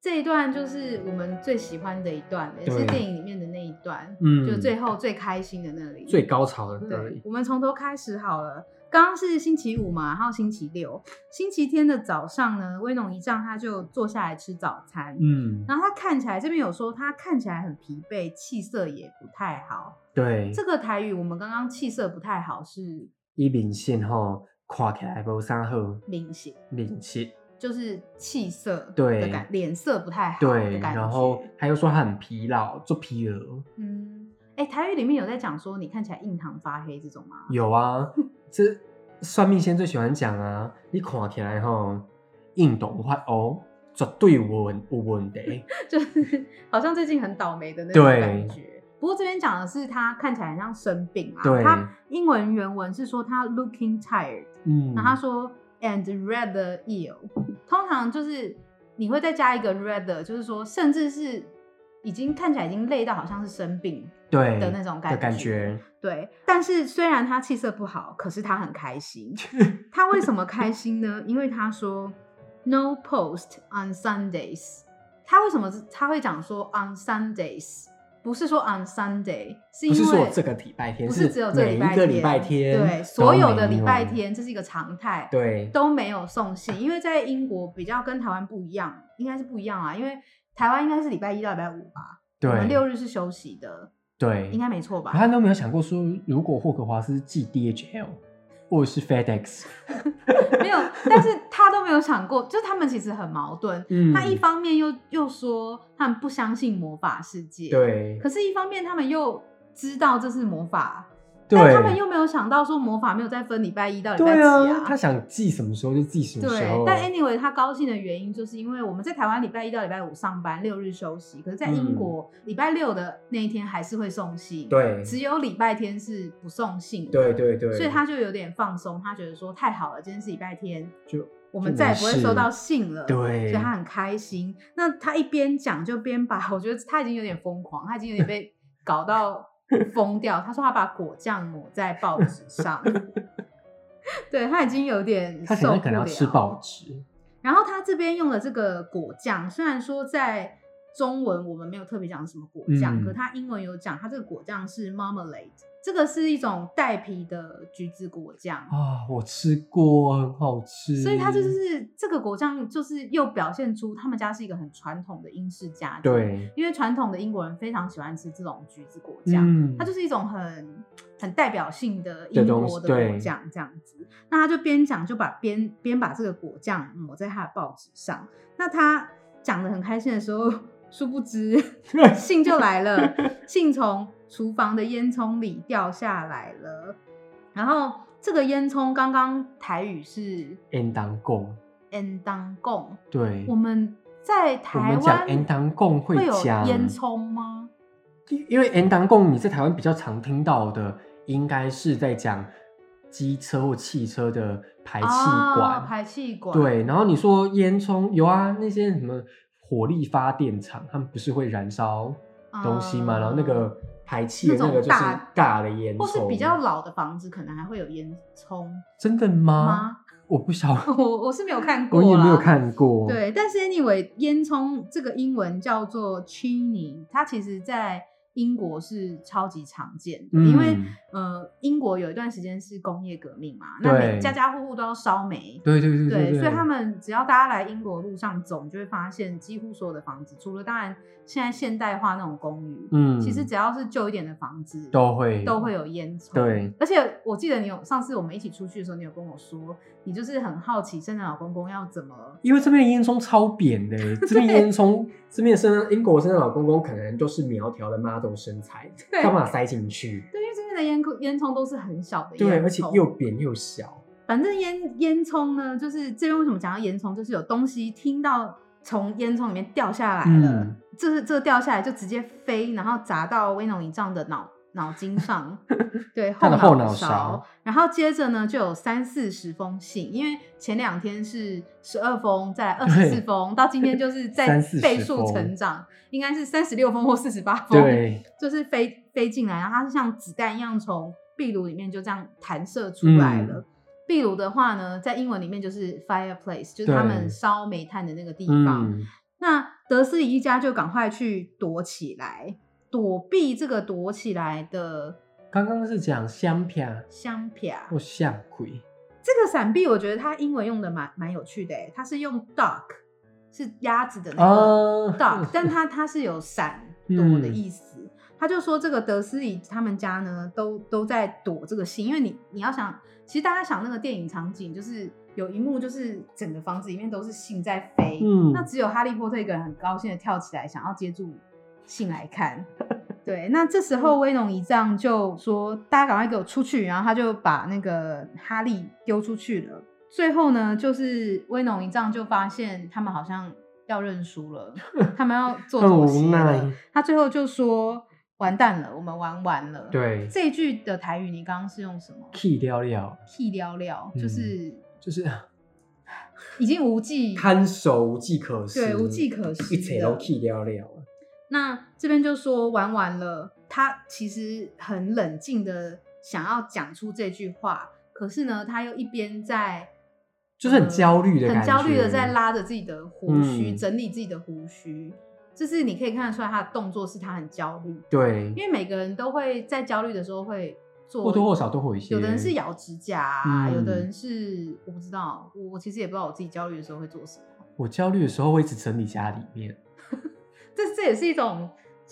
Speaker 3: 这一段就是我们最喜欢的一段，也是
Speaker 1: 对
Speaker 3: 电影里面的那一段，
Speaker 1: 嗯
Speaker 3: 就最后最开心的那里。
Speaker 1: 最高潮的那
Speaker 3: 对
Speaker 1: 里，，
Speaker 3: 我们从头开始好了。刚刚是星期五嘛，还有星期六、星期天的早上呢，威农一丈他就坐下来吃早餐。
Speaker 1: 嗯，
Speaker 3: 然后他看起来这边有说他看起来很疲惫，气色也不太好。
Speaker 1: 对，
Speaker 3: 这个台语我们刚刚气色不太好是
Speaker 1: 伊面色吼看起来无啥好，
Speaker 3: 明显，
Speaker 1: 面色
Speaker 3: 就是气色
Speaker 1: 对
Speaker 3: 的感，脸色不太好
Speaker 1: 对，
Speaker 3: 的感觉。
Speaker 1: 然后他又说他很疲劳，做疲劳，
Speaker 3: 嗯，哎、台语里面有在讲说你看起来印堂发黑这种吗？
Speaker 1: 有啊，这算命先最喜欢讲啊，你看起来吼运动发黑，哦绝对有问有问题，
Speaker 3: 就是好像最近很倒霉的那种
Speaker 1: 对
Speaker 3: 感觉。不过这边讲的是他看起来很像生病啊，
Speaker 1: 对
Speaker 3: 他英文原文是说他 looking tired，
Speaker 1: 嗯
Speaker 3: 那、，他说 and rather ill，通常就是你会再加一个 rather，就是说甚至是已经看起来已经累到好像是生病
Speaker 1: 对
Speaker 3: 的那种感
Speaker 1: 的感觉，
Speaker 3: 对，但是虽然他气色不好，可是他很 开心。他为什么开心呢？因为他说 “No post on Sundays”。他为什么他会讲说 “on Sundays”？不是说 “on Sunday”，是因
Speaker 1: 不是
Speaker 3: 为
Speaker 1: 说我这个礼拜天，
Speaker 3: 不是只有这
Speaker 1: 每一个礼拜天，
Speaker 3: 对，所有的礼拜，天，这是一个常态，
Speaker 1: 对
Speaker 3: 都没有送信，因为在英国比较跟台湾不一样，应该是不一样啊，因为台湾应该是礼拜一到礼拜五吧，我
Speaker 1: 对
Speaker 3: 们六日是休息的，
Speaker 1: 对，啊
Speaker 3: 应该没错吧？
Speaker 1: 他都没有想过说，如果霍格华兹寄 DHL 或者是 FedEx，
Speaker 3: 没有，但是他都没有想过，就是他们其实很矛盾。
Speaker 1: 嗯
Speaker 3: 他一方面又又说他们不相信魔法世界，，
Speaker 1: 对
Speaker 3: 可是一方面他们又知道这是魔法，但
Speaker 1: 对
Speaker 3: 他们又没有想到说魔法没有再分礼拜一到礼拜
Speaker 1: 对
Speaker 3: 几
Speaker 1: 啊，他想寄什么时候就寄什么时
Speaker 3: 对
Speaker 1: 候，，
Speaker 3: 但 anyway，他高兴的原因就是因为我们在台湾礼拜一到礼拜五上班，六日休息，可是，在
Speaker 1: 嗯
Speaker 3: 英国礼、拜六的那一天还是会送信，，
Speaker 1: 对
Speaker 3: 只有礼拜天是不送信的，
Speaker 1: 对对对，
Speaker 3: 所以他就有点放松，他觉得说太好了，今天是礼拜天，
Speaker 1: 就
Speaker 3: 我们再也不会收到信了。
Speaker 1: 对
Speaker 3: 所以他很开心。那他一边讲就边把， 我觉得他已经有点疯狂，他已经有点被搞到疯掉。他说他把果酱抹在报纸 上，对他已经有点
Speaker 1: 他可
Speaker 3: 受
Speaker 1: 能
Speaker 3: 不了。
Speaker 1: 可能要吃报纸，
Speaker 3: 然后他这边用的这个果酱，虽然说在中文我们没有特别讲什么果酱，
Speaker 1: 嗯
Speaker 3: 可他英文有讲，他这个果酱是 marmalade，这个是一种带皮的橘子果酱。
Speaker 1: 啊，我吃过，很好吃。
Speaker 3: 所以它就是这个果酱，就是又表现出他们家是一个很传统的英式家庭。，
Speaker 1: 对，
Speaker 3: 因为传统的英国人非常喜欢吃这种橘子果酱，
Speaker 1: 嗯，
Speaker 3: 它就是一种很很代表性的
Speaker 1: 的
Speaker 3: 英
Speaker 1: 东
Speaker 3: 国
Speaker 1: 西
Speaker 3: 的
Speaker 1: 对
Speaker 3: 果酱这样子。那他就边讲就把边边把这个果酱抹在他的报纸上。那他讲的很开心的时候，殊 不知信就来了，信从厨房的烟囱里掉下来了。然后这个烟囱刚刚台语是
Speaker 1: N 当贡，
Speaker 3: n 当贡，
Speaker 1: 对，
Speaker 3: 我们在
Speaker 1: 我
Speaker 3: 台
Speaker 1: 们讲
Speaker 3: 湾
Speaker 1: N 当贡
Speaker 3: 会有
Speaker 1: 讲
Speaker 3: 烟囱吗？
Speaker 1: 因为 N 当贡你在台湾比较常听到的，应该是在讲机车或汽车的排气管，
Speaker 3: 哦排气管
Speaker 1: 对。然后你说烟囱有啊，那些什么火力发电厂，他们不是会燃烧东西吗？
Speaker 3: 嗯
Speaker 1: 然后那个排气的
Speaker 3: 哦那种
Speaker 1: 那个就是
Speaker 3: 大
Speaker 1: 大的烟囱，
Speaker 3: 或是比较老的房子，可能还会有烟囱
Speaker 1: 真的吗？
Speaker 3: 吗？
Speaker 1: 我不晓，
Speaker 3: 我我是没有看过
Speaker 1: 啊我
Speaker 3: 啦，
Speaker 1: 也没有。看过。
Speaker 3: 对，但是 anyway，烟囱这个英文叫做 chimney，它其实在英国是超级常见的，
Speaker 1: 嗯，
Speaker 3: 因为呃，英国有一段时间是工业革命嘛，那
Speaker 1: 对
Speaker 3: 每家家户户都要烧煤。
Speaker 1: 对对对
Speaker 3: 对，
Speaker 1: 对，
Speaker 3: 所以他们只要大家来英国路上走，你就会发现几乎所有的房子，除了当然现在现代化那种公寓，
Speaker 1: 嗯，
Speaker 3: 其实只要是旧一点的房子，
Speaker 1: 都会
Speaker 3: 都会有烟囱。
Speaker 1: 嗯对，
Speaker 3: 而且我记得你有上次我们一起出去的时候，你有跟我说，你就是很好奇圣诞老公公要怎么。
Speaker 1: 因为这边的烟囱超扁 的、欸这边烟囱，这边生英国生的老公公可能都是苗条的 model 身材，
Speaker 3: 对
Speaker 1: 干嘛塞进去？
Speaker 3: 对，因为这边的烟囱烟囱都是很小的烟囱，
Speaker 1: 对，而且又扁又小，
Speaker 3: 反正烟烟囱呢，就是这边为什么讲到烟囱，就是有东西听到从烟囱里面掉下来了，
Speaker 1: 嗯
Speaker 3: 这是这个掉下来就直接飞，然后砸到威农一丈的脑脑 筋上，对，
Speaker 1: 他的
Speaker 3: 后
Speaker 1: 后脑勺
Speaker 3: 勺。然后接着呢，就有三四十封信，因为前两天是十二封，再二十
Speaker 1: 对
Speaker 3: 四封，到今 天就是在
Speaker 1: 三四十
Speaker 3: 倍数
Speaker 1: 封
Speaker 3: 成长，应该是三十六封或四十八封，
Speaker 1: 对，
Speaker 3: 就是飞飞进来，然后它是像子弹一样从壁炉里面就这样弹射出
Speaker 1: 嗯
Speaker 3: 来了。壁炉的话呢，在英文里面就是 fireplace，就是他们烧煤炭的那个地方。
Speaker 1: 嗯，
Speaker 3: 那德斯里一家就赶快去躲起来，躲避这个躲起来的
Speaker 1: 刚刚是讲香片
Speaker 3: 香撇。
Speaker 1: 或象鬼，
Speaker 3: 这个闪避，我觉得它英文用的蛮蛮有趣的、欸，它是用 duck，是鸭子的那个
Speaker 1: 啊，
Speaker 3: duck，但它它是有闪躲的意思。他就说这个德斯里他们家呢，都都在躲这个信，因为你你要想，其实大家想那个电影场景，就是有一幕就是整个房子里面都是信在飞，
Speaker 1: 嗯
Speaker 3: 那只有哈利波特一个人很高兴的跳起来，想要接住信来 看。对，那这时
Speaker 1: 嗯
Speaker 3: 候威农一丈就说：“大家赶快给我出去！”然后他就把那个哈利丢出去了。最后呢，就是威农一丈就发现他们好像要认输了， 他们要做
Speaker 1: 很
Speaker 3: 妥
Speaker 1: 无
Speaker 3: 协
Speaker 1: 奈
Speaker 3: 了。他最后就说：“完蛋了，我们玩完了。”，
Speaker 1: 对
Speaker 3: 这一句的台语你刚刚是用什么
Speaker 1: ，key 掉了，
Speaker 3: ？“key 聊聊”，
Speaker 1: 嗯
Speaker 3: 就是
Speaker 1: 就是
Speaker 3: 已经无计
Speaker 1: 看手无计可施，
Speaker 3: 对无计可施
Speaker 1: 一切都
Speaker 3: 的
Speaker 1: key 掉了，
Speaker 3: 那这边就说玩完了，他其实很冷静的想要讲出这句话，可是呢，他又一边在呃
Speaker 1: 就是很焦虑的
Speaker 3: 嗯很
Speaker 1: 感觉，
Speaker 3: 焦虑的在拉着自己的胡须，
Speaker 1: 嗯
Speaker 3: 整理自己的胡须。就是你可以看得出来，他的动作是他很焦虑，
Speaker 1: 对，
Speaker 3: 因为每个人都会在焦虑的时候会做
Speaker 1: 或多或少都会有一些，
Speaker 3: 有的人是咬指甲、啊，
Speaker 1: 嗯
Speaker 3: 有的人是我不知道，我我其实也不知道我自己焦虑的时候会做什么。
Speaker 1: 我焦虑的时候会一直整理家里面，
Speaker 3: 这这也是一种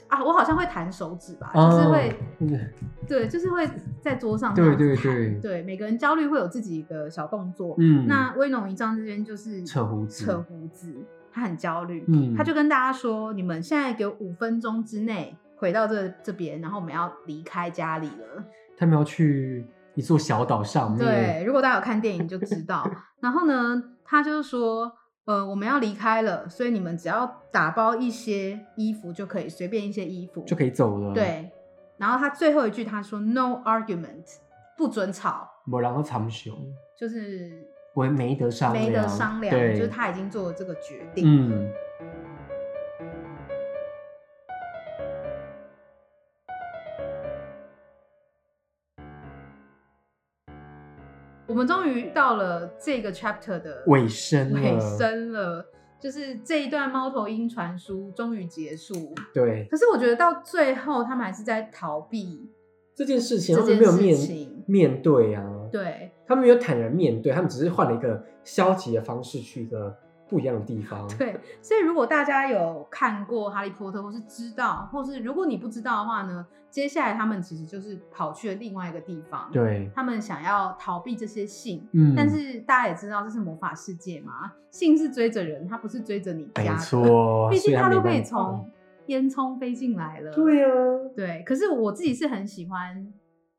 Speaker 3: 啊，我好像会弹手指吧，啊就是会
Speaker 1: 嗯
Speaker 3: 对，就是会在桌上
Speaker 1: 对
Speaker 3: 这样子
Speaker 1: 对对
Speaker 3: 弹对，每个人焦虑会有自己的小动作。
Speaker 1: 嗯，
Speaker 3: 那威农一丈这边就是
Speaker 1: 扯胡子
Speaker 3: 扯胡子，他很焦虑，
Speaker 1: 嗯
Speaker 3: 他就跟大家说：“你们现在给我五分钟之内回到这这边，然后我们要离开家里了。”
Speaker 1: 他们要去一座小岛上面，
Speaker 3: 对，如果大家有看电影就知道。然后呢，他就说，呃，我们要离开了，所以你们只要打包一些衣服就可以，随便一些衣服
Speaker 1: 就可以走了，，
Speaker 3: 对。然后他最后一句他说 “No argument”，不准吵，
Speaker 1: 我然后长熊，
Speaker 3: 就是
Speaker 1: 我没得商量，
Speaker 3: 没得商量，
Speaker 1: 对，
Speaker 3: 就是他已经做了这个决定。
Speaker 1: 嗯，
Speaker 3: 我们终于到了这个 chapter 的
Speaker 1: 尾声了，
Speaker 3: 尾声了，就是这一段猫头鹰传书终于结束。
Speaker 1: 对
Speaker 3: 可是我觉得到最后，他们还是在逃避
Speaker 1: 这件事情，
Speaker 3: 这
Speaker 1: 他们
Speaker 3: 件
Speaker 1: 没有
Speaker 3: 事
Speaker 1: 面
Speaker 3: 情。
Speaker 1: 面对啊，
Speaker 3: 对，
Speaker 1: 他们没有坦然面对，他们只是换了一个消极的方式去一个不一样的地方，
Speaker 3: 对，所以如果大家有看过《哈利波特》，或是知道，或是如果你不知道的话呢，接下来他们其实就是跑去了另外一个地方，，
Speaker 1: 对，
Speaker 3: 他们想要逃避这些信。
Speaker 1: 嗯，
Speaker 3: 但是大家也知道这是魔法世界嘛，信是追着人，它不是追着你
Speaker 1: 没
Speaker 3: 家的，
Speaker 1: 哎错，
Speaker 3: 毕
Speaker 1: 所
Speaker 3: 竟它
Speaker 1: 没
Speaker 3: 都可以
Speaker 1: 办法
Speaker 3: 从烟囱飞进来了。
Speaker 1: 对啊，
Speaker 3: 对，可是我自己是很喜欢，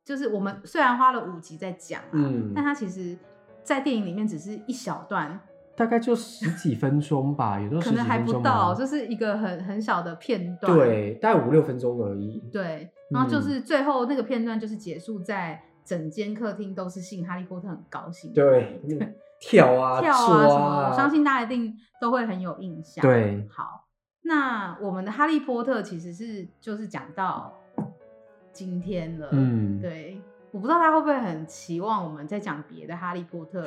Speaker 3: 就是我们虽然花了五集在讲啊，
Speaker 1: 嗯
Speaker 3: 但它其实，在电影里面只是一小段，
Speaker 1: 大概就十几分钟吧，有时候
Speaker 3: 可
Speaker 1: 十几
Speaker 3: 能还
Speaker 1: 分
Speaker 3: 不
Speaker 1: 钟
Speaker 3: 到，
Speaker 1: 吧，
Speaker 3: 就是一个很很小的片段。
Speaker 1: 对，大概五六分钟而已。
Speaker 3: 对然
Speaker 1: 嗯
Speaker 3: 后就是最后那个片段就是结束在整间客厅都是信哈利波特很高兴，
Speaker 1: 对，那个跳啊
Speaker 3: 跳
Speaker 1: 抓
Speaker 3: 啊什么，
Speaker 1: 啊，
Speaker 3: 我相信大家一定都会很有印象。，
Speaker 1: 对，
Speaker 3: 好，那我们的哈利波特其实是就是讲到今天了，。
Speaker 1: 嗯，
Speaker 3: 对，我不知道他会不会很期望我们在讲别的《哈利波特》。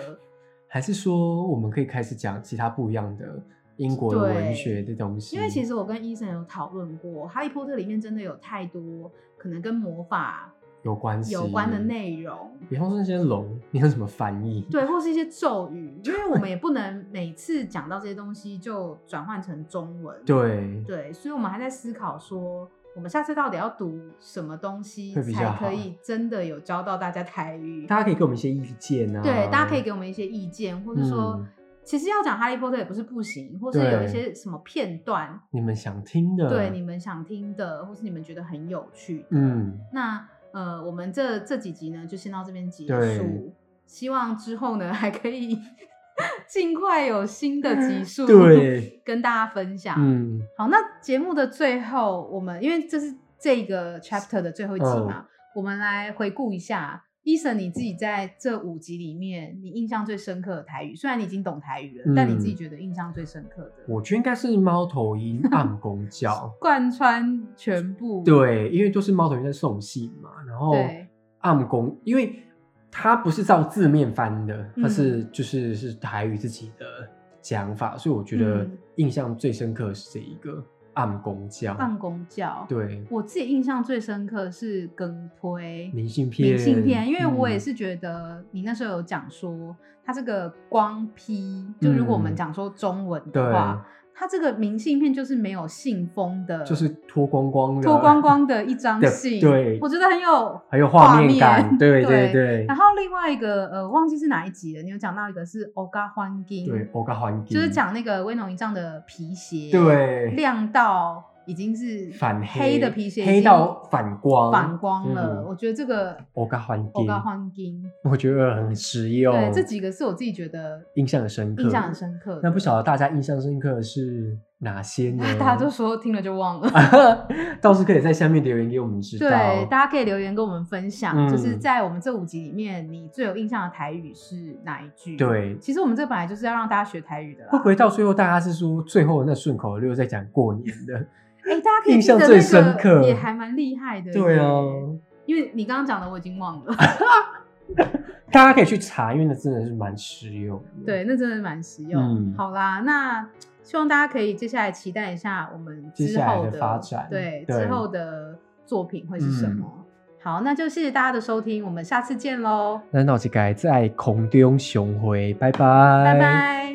Speaker 1: 还是说我们可以开始讲其他不一样的英国的
Speaker 3: 对
Speaker 1: 文学的东西，
Speaker 3: 因为其实我跟医生有讨论过，《哈利波特》里面真的有太多可能跟魔法
Speaker 1: 有关系
Speaker 3: 有关的，内容，
Speaker 1: 比方说那些龙，你有什么翻译？
Speaker 3: 对，或是一些咒语，因为我们也不能每次讲到这些东西就转换成中文，
Speaker 1: 对
Speaker 3: 对，所以我们还在思考说，我们下次到底要读什么东西
Speaker 1: 会比较
Speaker 3: 才
Speaker 1: 好
Speaker 3: 可以真的有教到大家台语？
Speaker 1: 大家可以给我们一些意见啊，
Speaker 3: 对，大家可以给我们一些意见，或者说。
Speaker 1: 嗯
Speaker 3: 其实要讲《哈利波特》也不是不行，或是有一些什么片段，
Speaker 1: 你们想听的，
Speaker 3: 对你们想听的，或是你们觉得很有趣的。
Speaker 1: 嗯，
Speaker 3: 那呃，我们这这几集呢，就先到这边结
Speaker 1: 对
Speaker 3: 束。希望之后呢，还可以 尽快有新的集数，
Speaker 1: 对，
Speaker 3: 跟大家分享。
Speaker 1: 嗯，
Speaker 3: 好，那节目的最后，我们因为这是这个 chapter 的最后一集
Speaker 1: 嗯
Speaker 3: 嘛，我们来回顾一下。伊森，你自己在这五集里面，你印象最深刻的台语，虽然你已经懂台语了，但你自己
Speaker 1: 嗯
Speaker 3: 觉得印象最深刻的，
Speaker 1: 我觉得应该是猫头 鹰暗公教。
Speaker 3: 贯穿全部。
Speaker 1: 对，因为就是猫头鹰在送信嘛，然后
Speaker 3: 对
Speaker 1: 暗公，因为它不是照字面翻的，它是
Speaker 3: 嗯
Speaker 1: 就是是台语自己的讲法，所以我觉得
Speaker 3: 嗯
Speaker 1: 印象最深刻是这一个暗公教，
Speaker 3: 办公教，
Speaker 1: 对
Speaker 3: 我自己印象最深刻是跟推
Speaker 1: 明信片，
Speaker 3: 明信片，因为我也
Speaker 1: 嗯
Speaker 3: 是觉得你那时候有讲说，它这个光批，就如果我们
Speaker 1: 嗯
Speaker 3: 讲说中文的话。
Speaker 1: 对，
Speaker 3: 它这个明信片就是没有信封的，
Speaker 1: 就是脱光光的，
Speaker 3: 脱光，光的一张
Speaker 1: 的
Speaker 3: 信，
Speaker 1: 对
Speaker 3: 我觉得很有
Speaker 1: 很有
Speaker 3: 画
Speaker 1: 画面感，对对
Speaker 3: 对
Speaker 1: 对
Speaker 3: 然后另外一个呃，忘记是哪一集了，你有讲到一个是 Oga 欢迎，
Speaker 1: 对，我刚还给，
Speaker 3: 就是讲那个威农一丈的皮鞋，，
Speaker 1: 对
Speaker 3: 亮到已经是
Speaker 1: 反
Speaker 3: 黑的皮鞋，
Speaker 1: 黑到反光，
Speaker 3: 反光了。
Speaker 1: 嗯
Speaker 3: 我觉得这个
Speaker 1: 我刚还给，
Speaker 3: Oga 欢迎，
Speaker 1: 我觉得很实用，
Speaker 3: 对，这几个是我自己觉得
Speaker 1: 印象很深刻，
Speaker 3: 印象很深刻的。
Speaker 1: 那不晓得大家印象深刻的是哪些呢？
Speaker 3: 大家都说听了就忘了。
Speaker 1: 倒是可以在下面留言给我们知道。
Speaker 3: 对，大家可以留言跟我们分享，
Speaker 1: 嗯
Speaker 3: 就是在我们这五集里面，你最有印象的台语是哪一句？，
Speaker 1: 对
Speaker 3: 其实我们这本来就是要让大家学台语的
Speaker 1: 会
Speaker 3: 啦
Speaker 1: 不。会到最后大家是说最后那顺口溜在讲过年的？
Speaker 3: 哎、大家可以
Speaker 1: 印
Speaker 3: 记
Speaker 1: 象
Speaker 3: 得那
Speaker 1: 最
Speaker 3: 个
Speaker 1: 深刻
Speaker 3: 也还蛮厉害的。
Speaker 1: 对啊，
Speaker 3: 因为你刚刚讲的我已经忘 了。
Speaker 1: 大家可以去查，因为那真的是蛮实用的。
Speaker 3: 对，，那真的蛮实用。
Speaker 1: 嗯
Speaker 3: 好啦，那希望大家可以接下来期待一下我们
Speaker 1: 接
Speaker 3: 之
Speaker 1: 下来
Speaker 3: 后
Speaker 1: 的发展
Speaker 3: 对
Speaker 1: 对嗯
Speaker 3: 之后的作品会是什么。好，那就谢谢大家的收听，我们下次见喽，
Speaker 1: 那我是改在空中相会，拜拜，
Speaker 3: 拜拜。